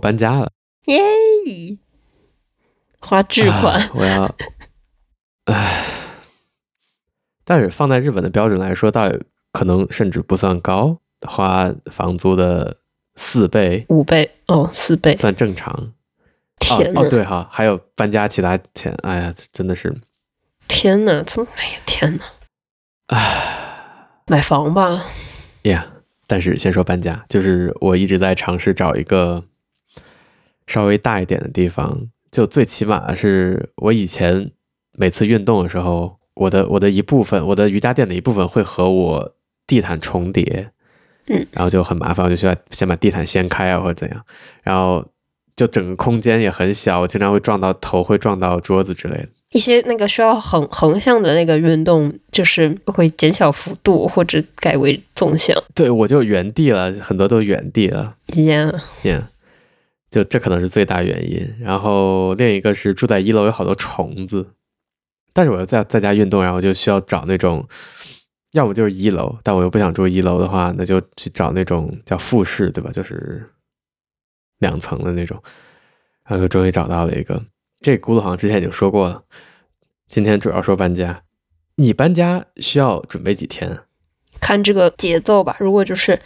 搬家了，耶！花巨款，啊我要，唉，但是放在日本的标准来说，倒也可能甚至不算高，花房租的四倍五倍哦，四倍！算正常。天哪，哦哦，对哈，还有搬家其他钱，哎呀，这真的是，天哪，怎么？哎呀，天哪！唉买房吧，呀。但是先说搬家，就是我一直在尝试找一个稍微大一点的地方，就最起码是我以前每次运动的时候，我的我的一部分，我的瑜伽垫的一部分会和我地毯重叠，嗯，然后就很麻烦，我就需要先把地毯掀开啊，或者怎样，然后就整个空间也很小，我经常会撞到头，会撞到桌子之类的。一些那个需要横横向的那个运动，就是会减小幅度或者改为纵向。对，我就原地了，很多都原地了。呀、 yeah, 就这可能是最大原因。然后另一个是住在一楼有好多虫子，但是我又在在家运动，然后我就需要找那种，要么就是一楼，但我又不想住一楼的话，那就去找那种叫复式，对吧？就是两层的那种。然后就终于找到了一个，这轱辘好像之前已经说过了。今天主要说搬家，你搬家需要准备几天啊？看这个节奏吧。如果就是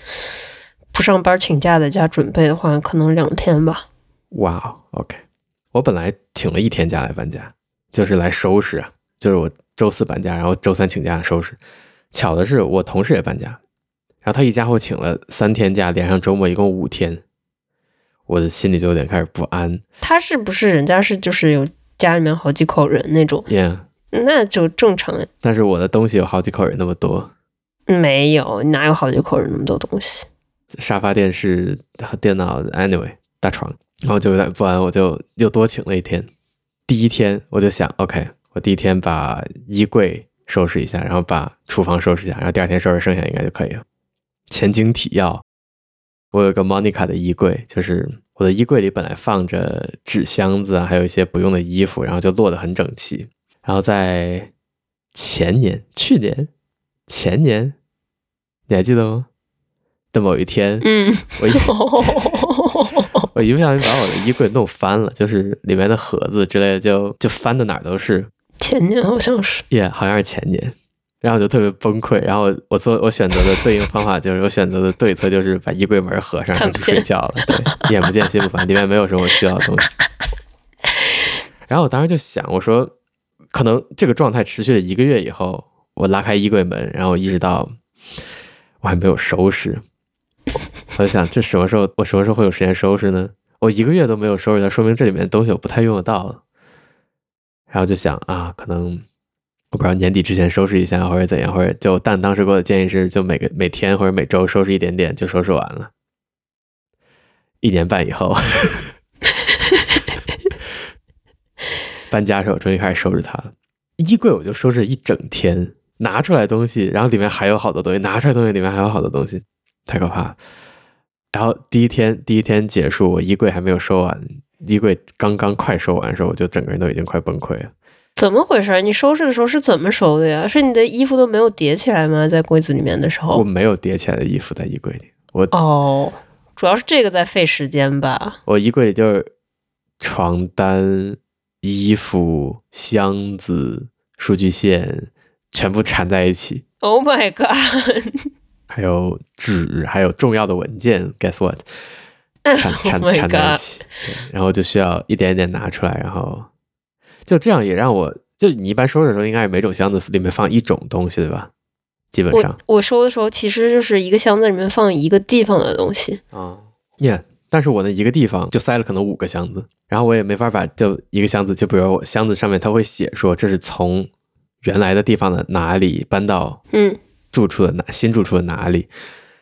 不上班请假在家准备的话，可能两天吧。哇哦，OK，我本来请了一天假来搬家，就是来收拾啊，就是我周四搬家，然后周三请假收拾。巧的是，我同事也搬家，然后他一家伙请了三天假，连上周末一共五天，我的心里就有点开始不安。他是不是人家是就是有家里面好几口人那种， Yeah，那就正常。但是我的东西有好几口人那么多，没有，哪有好几口人那么多东西？沙发、电视、电脑，anyway，大床，然后就有点不安，我就又多请了一天。第一天我就想，OK，我第一天把衣柜收拾一下，然后把厨房收拾一下，然后第二天收拾剩下应该就可以了。前景提要：我有个 Monica 的衣柜，就是我的衣柜里本来放着纸箱子啊，还有一些不用的衣服，然后就摞得很整齐。然后在前年、去年、前年，你还记得吗？的某一天，嗯，我一我一不小心把我的衣柜弄翻了，就是里面的盒子之类的就就翻的哪儿都是， 前年好像是也、好像是前年，然后我就特别崩溃。然后我做我选择的对应方法就是我选择的对策就是把衣柜门合上，然看后不就见睡觉了， 对，眼不见心不烦，里面没有什么我需要的东西。然后我当时就想，我说可能这个状态持续了一个月以后，我拉开衣柜门，然后我意识到我还没有收拾，我就想这什么时候我什么时候会有时间收拾呢？我一个月都没有收拾它，说明这里面的东西我不太用得到了。然后就想啊，可能我不知道年底之前收拾一下，或者怎样，或者就但当时给我的建议是，就每个每天或者每周收拾一点点，就收拾完了。一年半以后，搬家的时候终于开始收拾它了。衣柜我就收拾一整天，拿出来东西，然后里面还有好多东西，拿出来东西里面还有好多东西，太可怕了。然后第一天第一天结束，我衣柜还没有收完，衣柜刚刚快收完的时候，我就整个人都已经快崩溃了。怎么回事？你收拾的时候是怎么收的呀？是你的衣服都没有叠起来吗？在柜子里面的时我候？没有叠起来的衣服在衣柜里，我哦，主要是这个在费时间吧。我衣柜里就是床单、衣服、箱子、数据线全部缠在一起， Oh my god！还有纸，还有重要的文件。Guess what？缠缠 Oh my 缠在一 God 起，对然后就需要一点一点拿出来，然后就这样也让我，就你一般收拾的时候，应该是每种箱子里面放一种东西，对吧？基本上我我收的时候其实就是一个箱子里面放一个地方的东西。啊，yeah。但是我那一个地方就塞了可能五个箱子，然后我也没法把就一个箱子，就比如我箱子上面它会写说这是从原来的地方的哪里搬到嗯，住处的哪新住处的哪里，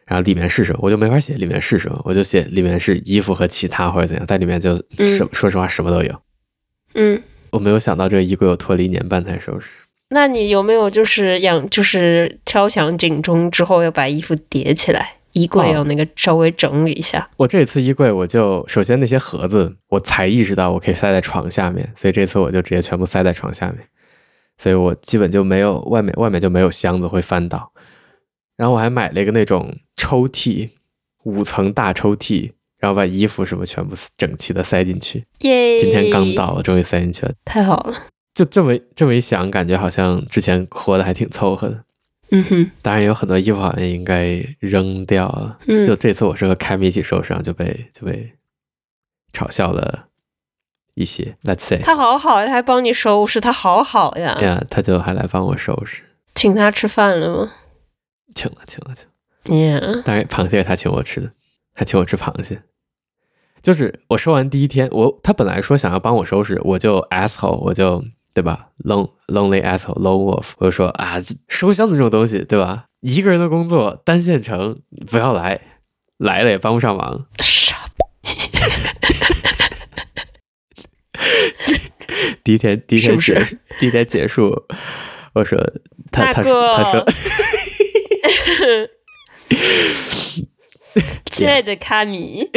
然后里面是什么，我就没法写里面是什么，我就写里面是衣服和其他或者怎样，但里面就什、说实话什么都有。嗯，我没有想到这个衣柜我拖了一年半才收拾。那你有没有就是养就是敲响警钟之后要把衣服叠起来，衣柜哦要那个稍微整理一下？我这次衣柜我就首先那些盒子，我才意识到我可以塞在床下面，所以这次我就直接全部塞在床下面，所以我基本就没有外面外面就没有箱子会翻倒。然后我还买了一个那种抽屉，五层大抽屉，然然后把衣服什么全部整齐的塞进去。耶！今天刚，到，我终于塞进去了。太好了。就这么这么一想，感觉好像之前活的还挺凑合的。嗯哼，当然有很多衣服好像应该扔掉了。嗯，就这次我是和凯米一起收拾，然后就被就被嘲笑了一些。Let's say，他好好呀，他还帮你收拾，他好好呀。呀，他就还来帮我收拾，请他吃饭了吗请了请了请了。 ？Yeah，当然，螃蟹是他请我吃的，他请我吃螃蟹。就是我收完第一天，我他本来说想要帮我收拾，我就 asshole，我就对吧，lon lonely asshole lone wolf，我就说啊，这收箱子这种东西，对吧？一个人的工作单线程，不要来，来了也帮不上忙。傻第一天，第一天是结不是束，第一天结束，我说他他大说哥他说亲爱的卡米，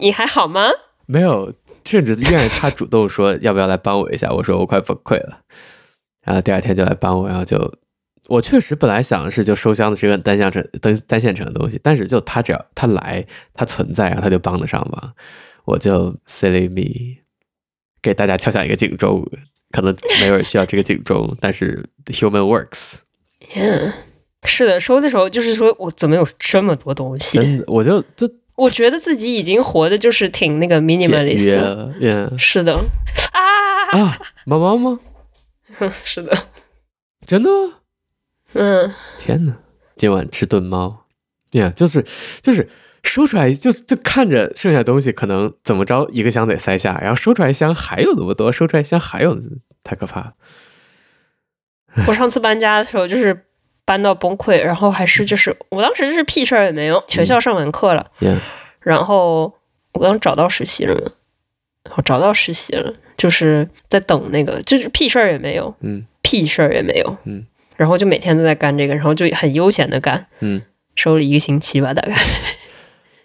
你还好吗？没有，甚至依然是他主动说要不要来帮我一下，我说我快崩溃了，然后第二天就来帮我，然后就我确实本来想的是就收箱子是个单向程单单线程的东西，但是就他只要他来，他存在，然后他就帮得上忙，我就 silly me，给大家敲响一个警钟，可能没有人需要这个警钟，但是 human works。嗯，是的，收的时候就是说我怎么有这么多东西？真的，我就就我觉得自己已经活的就是挺那个简 minimalist 约了。了，嗯是的，啊，啊，毛毛吗？是的，真的吗？嗯，天呐，今晚吃炖猫，呀、就是就是收出来就就看着剩下的东西，可能怎么着一个箱得塞下，然后收出来一箱还有那么多，收出来一箱还有，太可怕了。我上次搬家的时候就是搬到崩溃，然后还是就是我当时就是屁事儿也没有，学校上完课了。呀、然后我刚找到实习了嘛，我找到实习了，就是在等那个，就是屁事儿也没有，嗯屁事儿也没有，嗯，然后就每天都在干这个，然后就很悠闲的干，嗯， 收了一个星期吧，大概。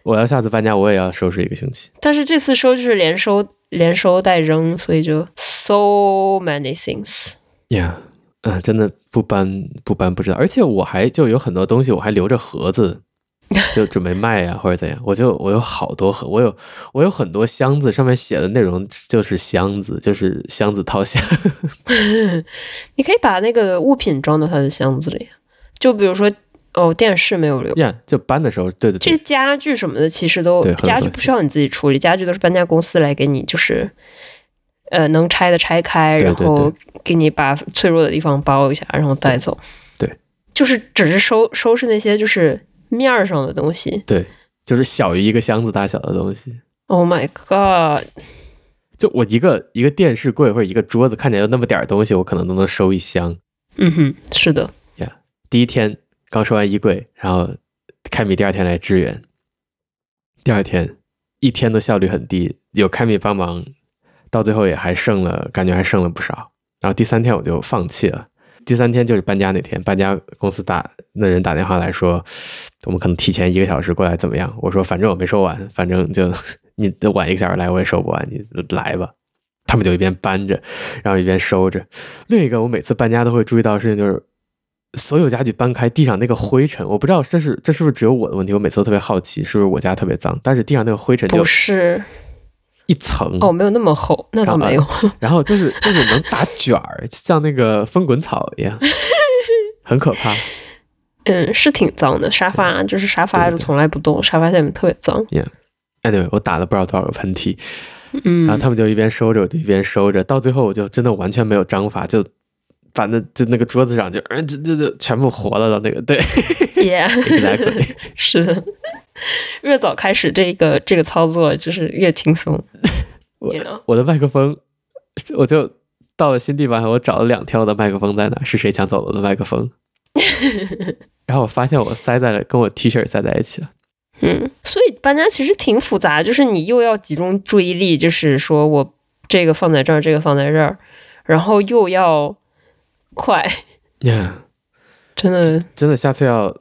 我要下次搬家，我也要收拾一个星期。但是这次收就是连收连收带扔，所以就 so many things。呀、嗯，真的不搬不搬不知道，而且我还就有很多东西我还留着盒子，就准备卖呀、或者怎样。我就我有好多盒，我有我有很多箱子，上面写的内容就是箱子，就是箱子套 箱。你可以把那个物品装到他的箱子里，就比如说哦，电视没有留。呀、就搬的时候，对对这对些，家具什么的，其实都对很有家具东西不需要你自己处理，家具都是搬家公司来给你，就是呃能拆的拆开，对然对后给你把脆弱的地方包一下，然后带走。对对就是只是收收拾那些就是面儿上的东西。对，就是小于一个箱子大小的东西。 Oh my god！就我一个一个电视柜或者一个桌子，看起来就那么点儿东西，我可能都能收一箱。嗯哼，是的，第一天刚收完衣柜，然后凯米第二天来支援，第二天一天的效率很低，有凯米帮忙，到最后也还剩了，感觉还剩了不少。然后第三天我就放弃了。第三天就是搬家那天，搬家公司打那人打电话来说，我们可能提前一个小时过来怎么样？我说反正我没收完，反正就你晚一个小时来我也收不完，你来吧。他们就一边搬着，然后一边收着。另一个我每次搬家都会注意到的事情就是，所有家具搬开，地上那个灰尘，我不知道这是这是不是只有我的问题，我每次都特别好奇是不是我家特别脏，但是地上那个灰尘就嗯不是一层，哦，没有那么厚，那倒没有。 然后就是 就是能打卷儿，像那个风滚草一样，很可怕。嗯，是挺脏的，沙发就是沙发对就对从来不动，沙发下面特别脏。 Anyway，我打了不知道多少个喷嚏，嗯然后他们就一边收着，我就一边收着，到最后我就真的完全没有章法，就把那就那个桌子上就嗯这这这全部活了的那个对，Yeah。 ，exactly，是 的，越早开始这个这个操作，就是越轻松。我 You know 我的麦克风，我就到了新地方，我找了两天我的麦克风在哪，是谁抢走了我的麦克风？然后我发现我塞在了跟我 T 恤塞在一起了，嗯，所以搬家其实挺复杂，就是你又要集中注意力，就是说我这个放在这儿，这个放在这儿，然后又要快，呀、真的真的下次要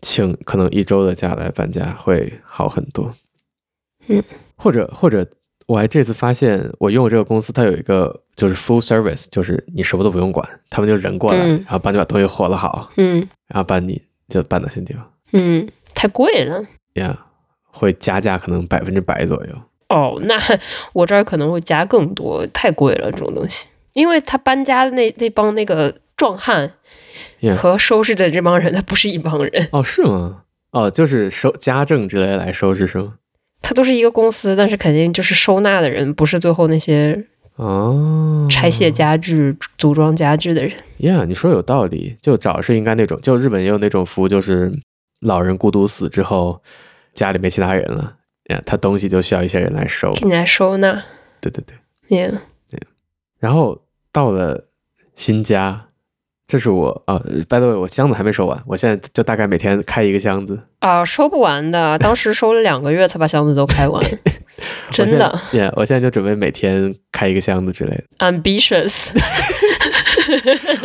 请可能一周的假来搬家会好很多。嗯，或者或者我还这次发现，我用我这个公司它有一个就是 full service，就是你什么都不用管，他们就人过来，嗯然后帮你把东西活了好，嗯然后把你就搬到新地方。嗯，太贵了。呀、会加价可能百分之百左右。哦，那我这儿可能会加更多，太贵了这种东西，因为他搬家的那那帮那个壮汉 Yeah 和收拾的这帮人，他不是一帮人，哦，是吗？哦，就是收家政之类的来收拾是吗？他都是一个公司，但是肯定就是收纳的人，不是最后那些哦，拆卸家具、组装家具的人。 Yeah，你说有道理，就找是应该那种，就日本也有那种服务，就是老人孤独死之后，家里没其他人了，yeah, 他东西就需要一些人来收。给你来收纳。对对对， Yeah，然后到了新家，这是我啊、b y the way，我箱子还没收完，我现在就大概每天开一个箱子，啊，收不完的，当时收了两个月才把箱子都开完， 真的我现在，yeah，我现在就准备每天开一个箱子之类的， ambitious。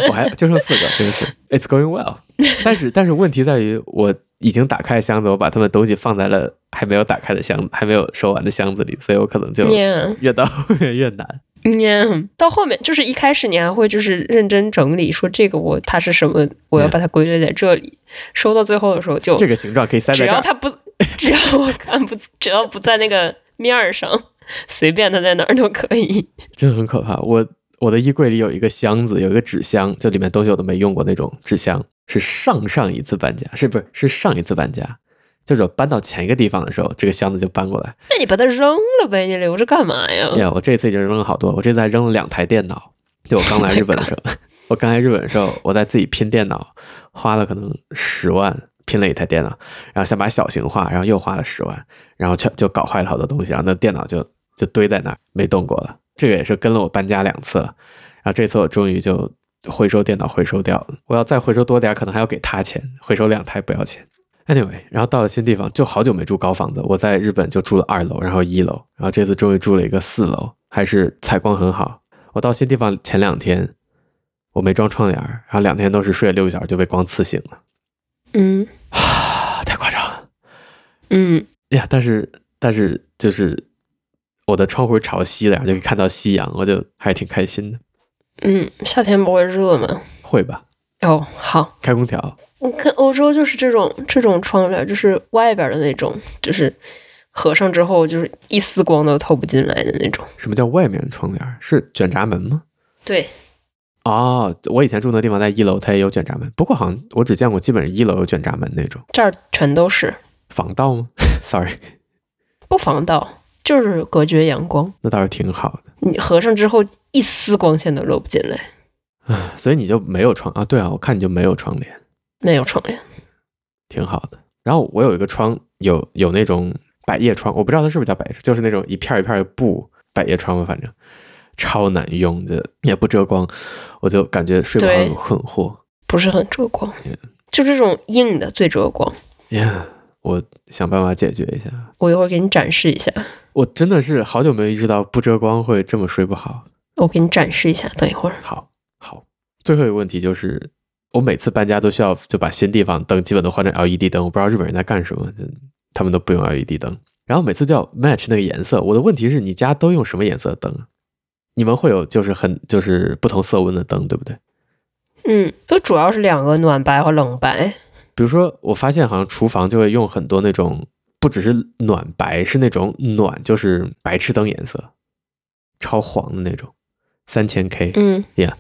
我还就剩四个，真的是 it's going well，但 是但是问题在于我。已经打开的箱子，我把他们东西放在了还没有打开的箱子，还没有收完的箱子里，所以我可能就 Yeah，越到后面越难。 yeah，到后面就是一开始你还会就是认真整理，说这个我它是什么，我要 Yeah 把它归类在这里。收到最后的时候就，这个形状可以塞只在这要儿，它不， 只要我看不，只要不在那个面儿上， 随便它在哪儿都可以。真的很可怕。我我的衣柜里有一个箱子，有一个纸箱，就里面东西我都没用过那种纸箱，是上上一次搬家，是不是？是上一次搬家，就是我搬到前一个地方的时候，这个箱子就搬过来。那你把它扔了呗，你留着干嘛呀哎呀，我这次已经扔了好多，我这次还扔了两台电脑。就我刚来日本的时候，我刚来日本的时候，我在自己拼电脑，花了可能十万拼了一台电脑，然后想把小型化，然后又花了十万，然后全就搞坏了好多东西，然后那电脑就就堆在那儿没动过了。这个也是跟了我搬家两次了，然后这次我终于就回收电脑回收掉了。我要再回收多点儿，可能还要给他钱，回收两台不要钱。Anyway，然后到了新地方，就好久没住高房子。我在日本就住了二楼，然后一楼，然后这次终于住了一个四楼，还是采光很好。我到新地方前两天，我没装窗帘儿，然后两天都是睡了六个小时就被光刺醒了，嗯啊， 太夸张了。嗯，哎呀，但是但是就是我的窗户是朝西的，然后就可以看到夕阳，我就还挺开心的。嗯，夏天不会热吗？会吧？哦，好，开空调，你看欧洲就是这种这种窗帘，就是外边的那种，就是合上之后就是一丝光都透不进来的那种。什么叫外面的窗帘儿？是卷闸门吗？对，哦，我以前住那地方在一楼，它也有卷闸门，不过好像我只见过基本上一楼有卷闸门那种。这儿全都是防盗吗 ？Sorry，不防盗，就是隔绝阳光。那倒是挺好的。你合上之后一丝光线都漏不进来，所以你就没有窗啊？对啊，我看你就没有窗帘，没有窗帘。挺好的。然后我有一个窗，有有那种百叶窗，我不知道它是不是叫百叶窗，就是那种一片儿一片儿的布百叶窗吧，反正超难用的，也不遮光，我就感觉睡不好对很困惑。不是很遮光 Yeah，就这种硬的最遮光。 Yeah，我想办法解决一下。我一会儿给你展示一下，我真的是好久没有意识到不遮光会这么睡不好。我给你展示一下，等一会儿。好，好。最后一个问题就是，我每次搬家都需要就把新地方灯基本都换成 LED 灯，我不知道日本人在干什么，就他们都不用 LED 灯。然后每次就要 match 那个颜色。我的问题是你家都用什么颜色的灯啊？你们会有就是很就是不同色温的灯，对不对？嗯，就主要是两个暖白和冷白。比如说，我发现好像厨房就会用很多那种，不只是暖白，是那种暖就是白炽灯颜色，超黄的那种，三千 K。嗯 Yeah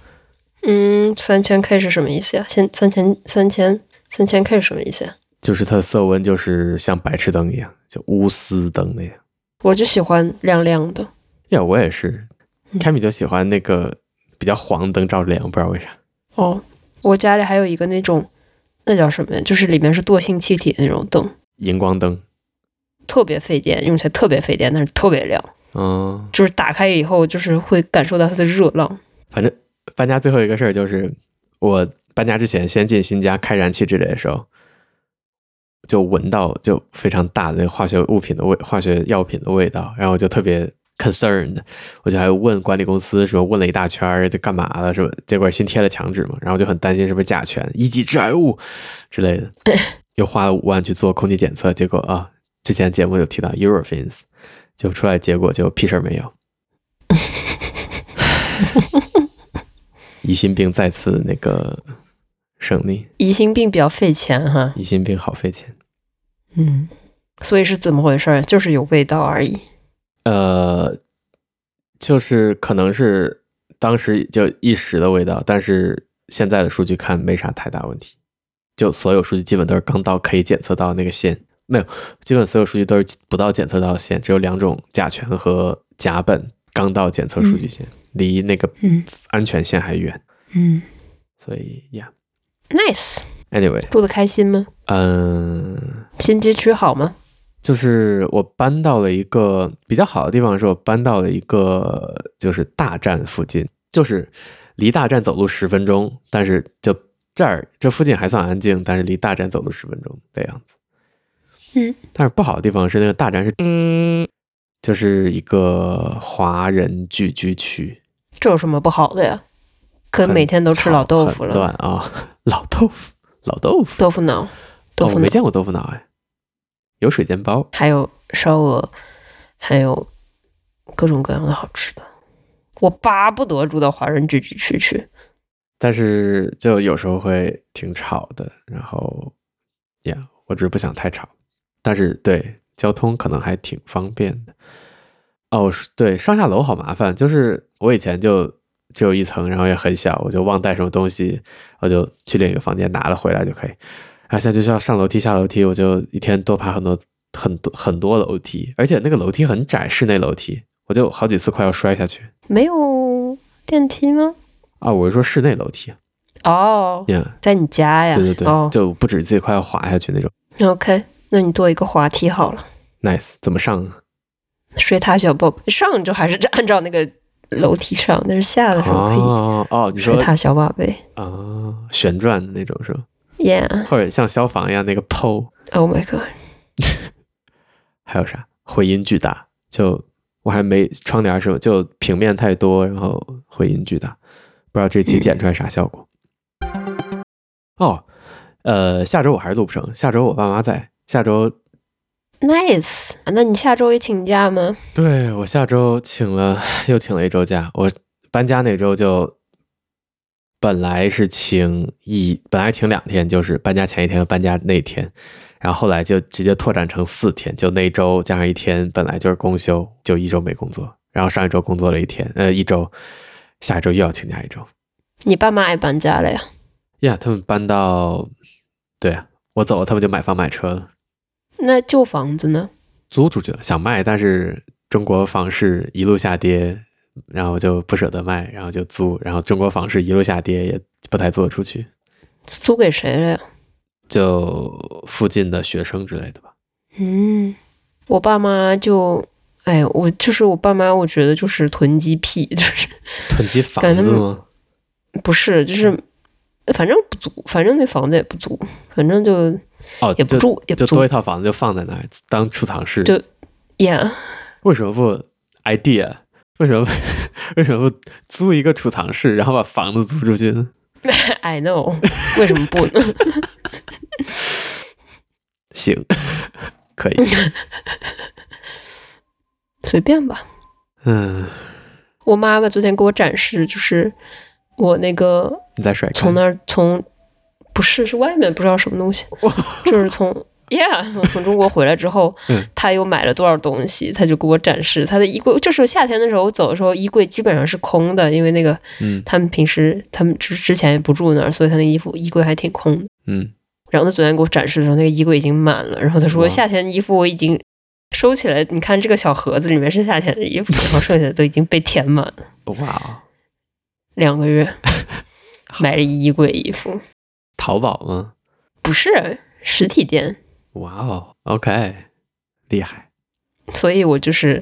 嗯，三千 K 是什么意思呀、先三千三千三千 K 是什么意思呀、就是它的色温就是像白炽灯一样，就钨丝灯那样。哎我就喜欢亮亮的，呀，我也是嗯，凯米就喜欢那个比较黄的灯照着脸，我不知道为啥。哦，我家里还有一个那种，那叫什么呀？就是里面是惰性气体的那种灯，荧光灯，特别费电，用起来特别费电，但是特别亮，嗯，就是打开以后就是会感受到它的热浪。反正搬家最后一个事儿就是，我搬家之前先进新家开燃气之类的时候，就闻到就非常大的那个化学物品的味、化学药品的味道，然后我就特别 concerned，我就还问管理公司什么，问了一大圈儿，就干嘛了什么，结果新贴了墙纸嘛，然后就很担心是不是甲醛、一级致癌物之类的，又花了五万去做空气检测，结果啊，之前节目有提到 Eurofins，就出来结果就屁事儿没有。疑心病再次那个胜利，疑心病比较费钱哈，疑心病好费钱。嗯，所以是怎么回事儿？就是有味道而已。呃，就是可能是当时就一时的味道，但是现在的数据看没啥太大问题，就所有数据基本都是刚到可以检测到那个线，没有，基本所有数据都是不到检测到的线，只有两种甲醛和甲苯刚到检测数据线，离那个嗯安全线还远，嗯所以呀、 ，nice， a n y w a y 住的开心吗？嗯、新街区好吗？就是我搬到了一个比较好的地方，是我搬到了一个就是大站附近，就是离大站走路十分钟，但是就这儿这附近还算安静，但是离大站走路十分钟的样子。嗯，但是不好的地方是那个大站是嗯，就是一个华人聚居区，这有什么不好的呀？可很每天都吃吵老豆腐很了，乱啊、 老豆腐，老豆腐，豆腐脑，豆哦，我腐脑没，见过豆腐脑哎，有水煎包，还有烧鹅，还有各种各样的好吃的。我巴不得住到华人聚居区去。但是就有时候会挺吵的，然后呀我只是不想太吵。但是对交通可能还挺方便的。哦，是对，上下楼好麻烦，就是我以前就只有一层，然后也很小，我就忘带什么东西，我就去另一个房间拿了回来就可以。然后现在就需要上楼梯下楼梯，我就一天多爬很多很多很多楼梯，而且那个楼梯很窄，室内楼梯，我就好几次快要摔下去没有电梯吗？啊！我是说室内楼梯，哦，呀、在你家呀？对对对，哦就不止自己快要滑下去那种。 ，OK，那你做一个滑梯好了。 Nice，怎么上啊？水獭小宝贝上就还是按照那个楼梯上，但是下的时候可以哦哦，你水说獭小宝贝啊，旋转的那种是吧？ ，Yeah，Oh 或者像消防一样那个抛， my God，还有啥回音巨大？就我还没窗帘是吧？就平面太多，然后回音巨大，不知道这期剪出来啥效果。嗯哦，呃，下周我还是录不成，下周我爸妈在，下周 Nice，那啊你下周也请假吗？对我下周请了 又请了一周假，我搬家那周就本来是请一，本来请两天，就是搬家前一天和搬家那天，然后后来就直接拓展成四天，就那一周加上一天本来就是公休，就一周没工作，然后上一周工作了一天，呃一周，下一周又要请假一周。你爸妈也搬家了呀？呀、他们搬到，对啊，我走了，他们就买房买车了，那旧房子呢？租出去了，想卖，但是中国房市一路下跌，然后就不舍得卖，然后就租，然后中国房市一路下跌，也不太租得出去，租给谁了呀？就附近的学生之类的吧。嗯，我爸妈就，哎，我就是我爸妈，我觉得就是囤积癖， 就是囤积房感觉子他吗？不是就是，反正不租，反正那房子也不租，反正就哦，也不就住，也不就多租一套房子就放在那儿当储藏室。就，Yeah， 为什么不 idea？为什么 不为什么不租一个储藏室，然后把房子租出去呢？ I know，为什么不 呢？行， 可以。随便吧。嗯，我妈妈昨天给我展示，就是我那个你再甩开从那儿从不是是外面不知道什么 东西，就是从 yeah 我从中国回来之后嗯，她又买了多少东西，她就给我展示她的衣柜。这时候夏天的时候，我走的时候衣柜基本上是空的，因为那个嗯他们平时他们之之前也不住那儿，所以她那衣服衣柜还挺空的。嗯，然后他昨天给我展示的时候，那个衣柜已经满了。然后他说哇夏天衣服我已经收起来，你看这个小盒子里面是夏天的衣服，然后剩下的都已经被填满了。哇哦，两个 月好买了一衣柜衣服，淘宝吗？不是实体店，哇哦，OK，厉害！所以我就是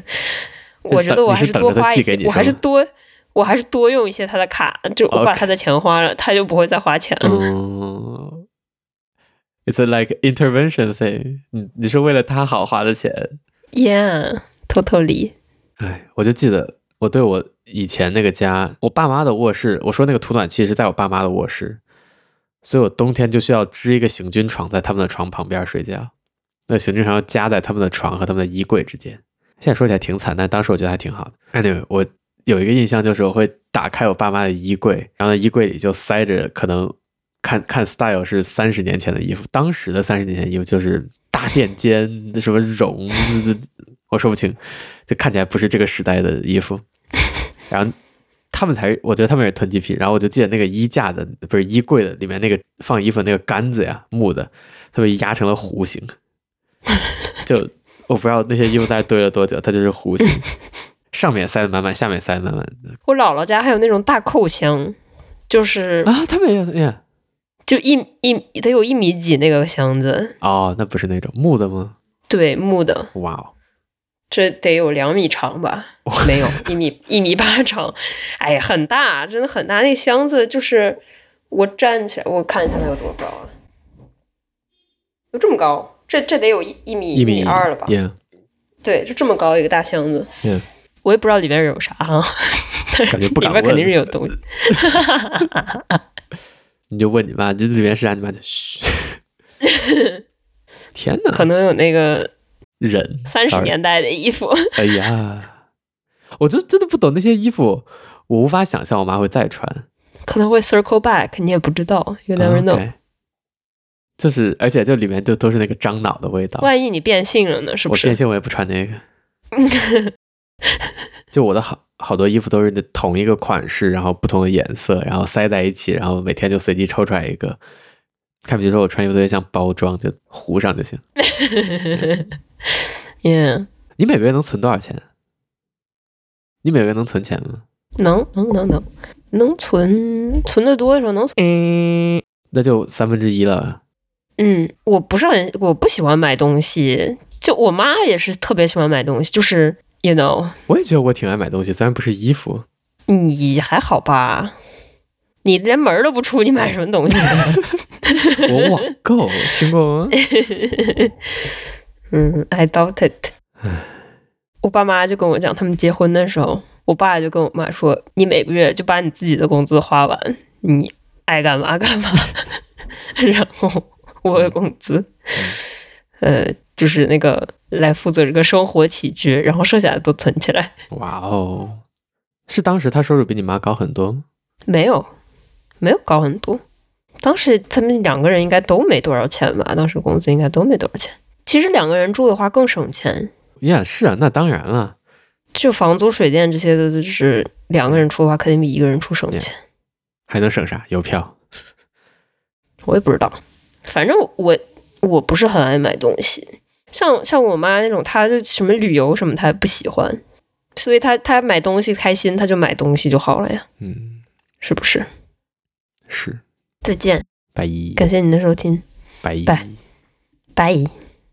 嗯是我觉得等我你还是等多着他花一寄些给你，我是还是吗哦多我还是多用一些他的卡，就我把 OK 他的钱花了，他就不会再花钱了。嗯，It's a like intervention thing 你。你是为了他好花的钱？ Yeah，偷偷离。哎，我就记得我对我以前那个家，我爸妈的卧室，我说那个土暖气是在我爸妈的卧室，所以我冬天就需要支一个行军床在他们的床旁边睡觉。那行军床要夹在他们的床和他们的衣柜之间。现在说起来挺惨，但当时我觉得还挺好的。Anyway，我有一个印象就是我会打开我爸妈的衣柜，然后衣柜里就塞着可能看看 style 是三十年前的衣服，当时的三十年前的衣服就是大垫肩、什么绒， 我说不清，就看起来不是这个时代的衣 服。然后他们才，我觉得他们也是囤积品。然后我就记得那个衣架的，不是衣柜的里面那个放衣服那个杆子呀，木的，它被压成了弧形。 就我不知道那些衣服在堆了多久，它就是 弧形，上面塞得满满，下面塞得满满我姥姥家还有那种大扣箱，就是啊。他们也也就一一得有一米几那个箱子，哦，那不是那种木的吗？对，木的，哇哦，这得有两米长吧？没有，一米一米八长，哎呀，很大，真的很大。那箱子就是我站起来，我看一下它有多高啊？有这么高？这这得有一一米一米二了吧？ ？Yeah，对，就这么高一个大箱子，嗯我也不知道里边有啥啊，感觉不里 敢边问。肯定是有东西。你就问你妈，你就里面是啥？你妈就 嘘。天哪，可能有那个忍三十。 sorry 年代的衣服， 哎呀，我就真的不懂那些衣服，我无法想象我妈会再穿。嗯可能会 circle back，你也不知道，you never know。对就是，而且就里面就都是那个樟脑的味道。万一你变性了呢？是不我变是？性我也不穿那个。 就我的好好多衣服都是那同一个款式，然后不同的颜色，然后塞在一起，然后每天就随机抽出来一个。看，比如说我穿衣服特别像包装，就糊上就行。 yeah，你每个月能存多少钱？你每个月能存钱吗？能能能能能存存的多的时候能存。嗯那就三分之一了。嗯，我不是很我不喜欢买东西，就我妈也是特别喜欢买东西，就是 you know，我也觉得我挺爱买东西，虽然不是衣服，你还好吧？你连门儿都不出，你买什么东西？我网购听过吗？嗯，I doubt it。我爸妈就跟我讲，他们结婚的时候，我爸就跟我妈说：“你每个月就把你自己的工资花完，你爱干嘛干嘛。” 然后我的工资，呃，就是那个来负责这个生活起居，然后剩下的都存起来。哇哦，是当时他收入比你妈高很多吗？没有，没有高很多。当时他们两个人应该都没多少钱吧？当时工资应该都没多少钱。其实两个人住的话更省钱，呀、是啊，那当然了。就房租、水电这些的，就是两个人出的话，肯定比一个人出省钱。还能省啥？邮票。我也不知道，反正我我不是很爱买东西，像像我妈那种，她就什么旅游什么，她不喜欢，所以她她买东西开心，她就买东西就好了呀，嗯，是不是？是再见，白衣，感谢您的收听，白衣，拜拜。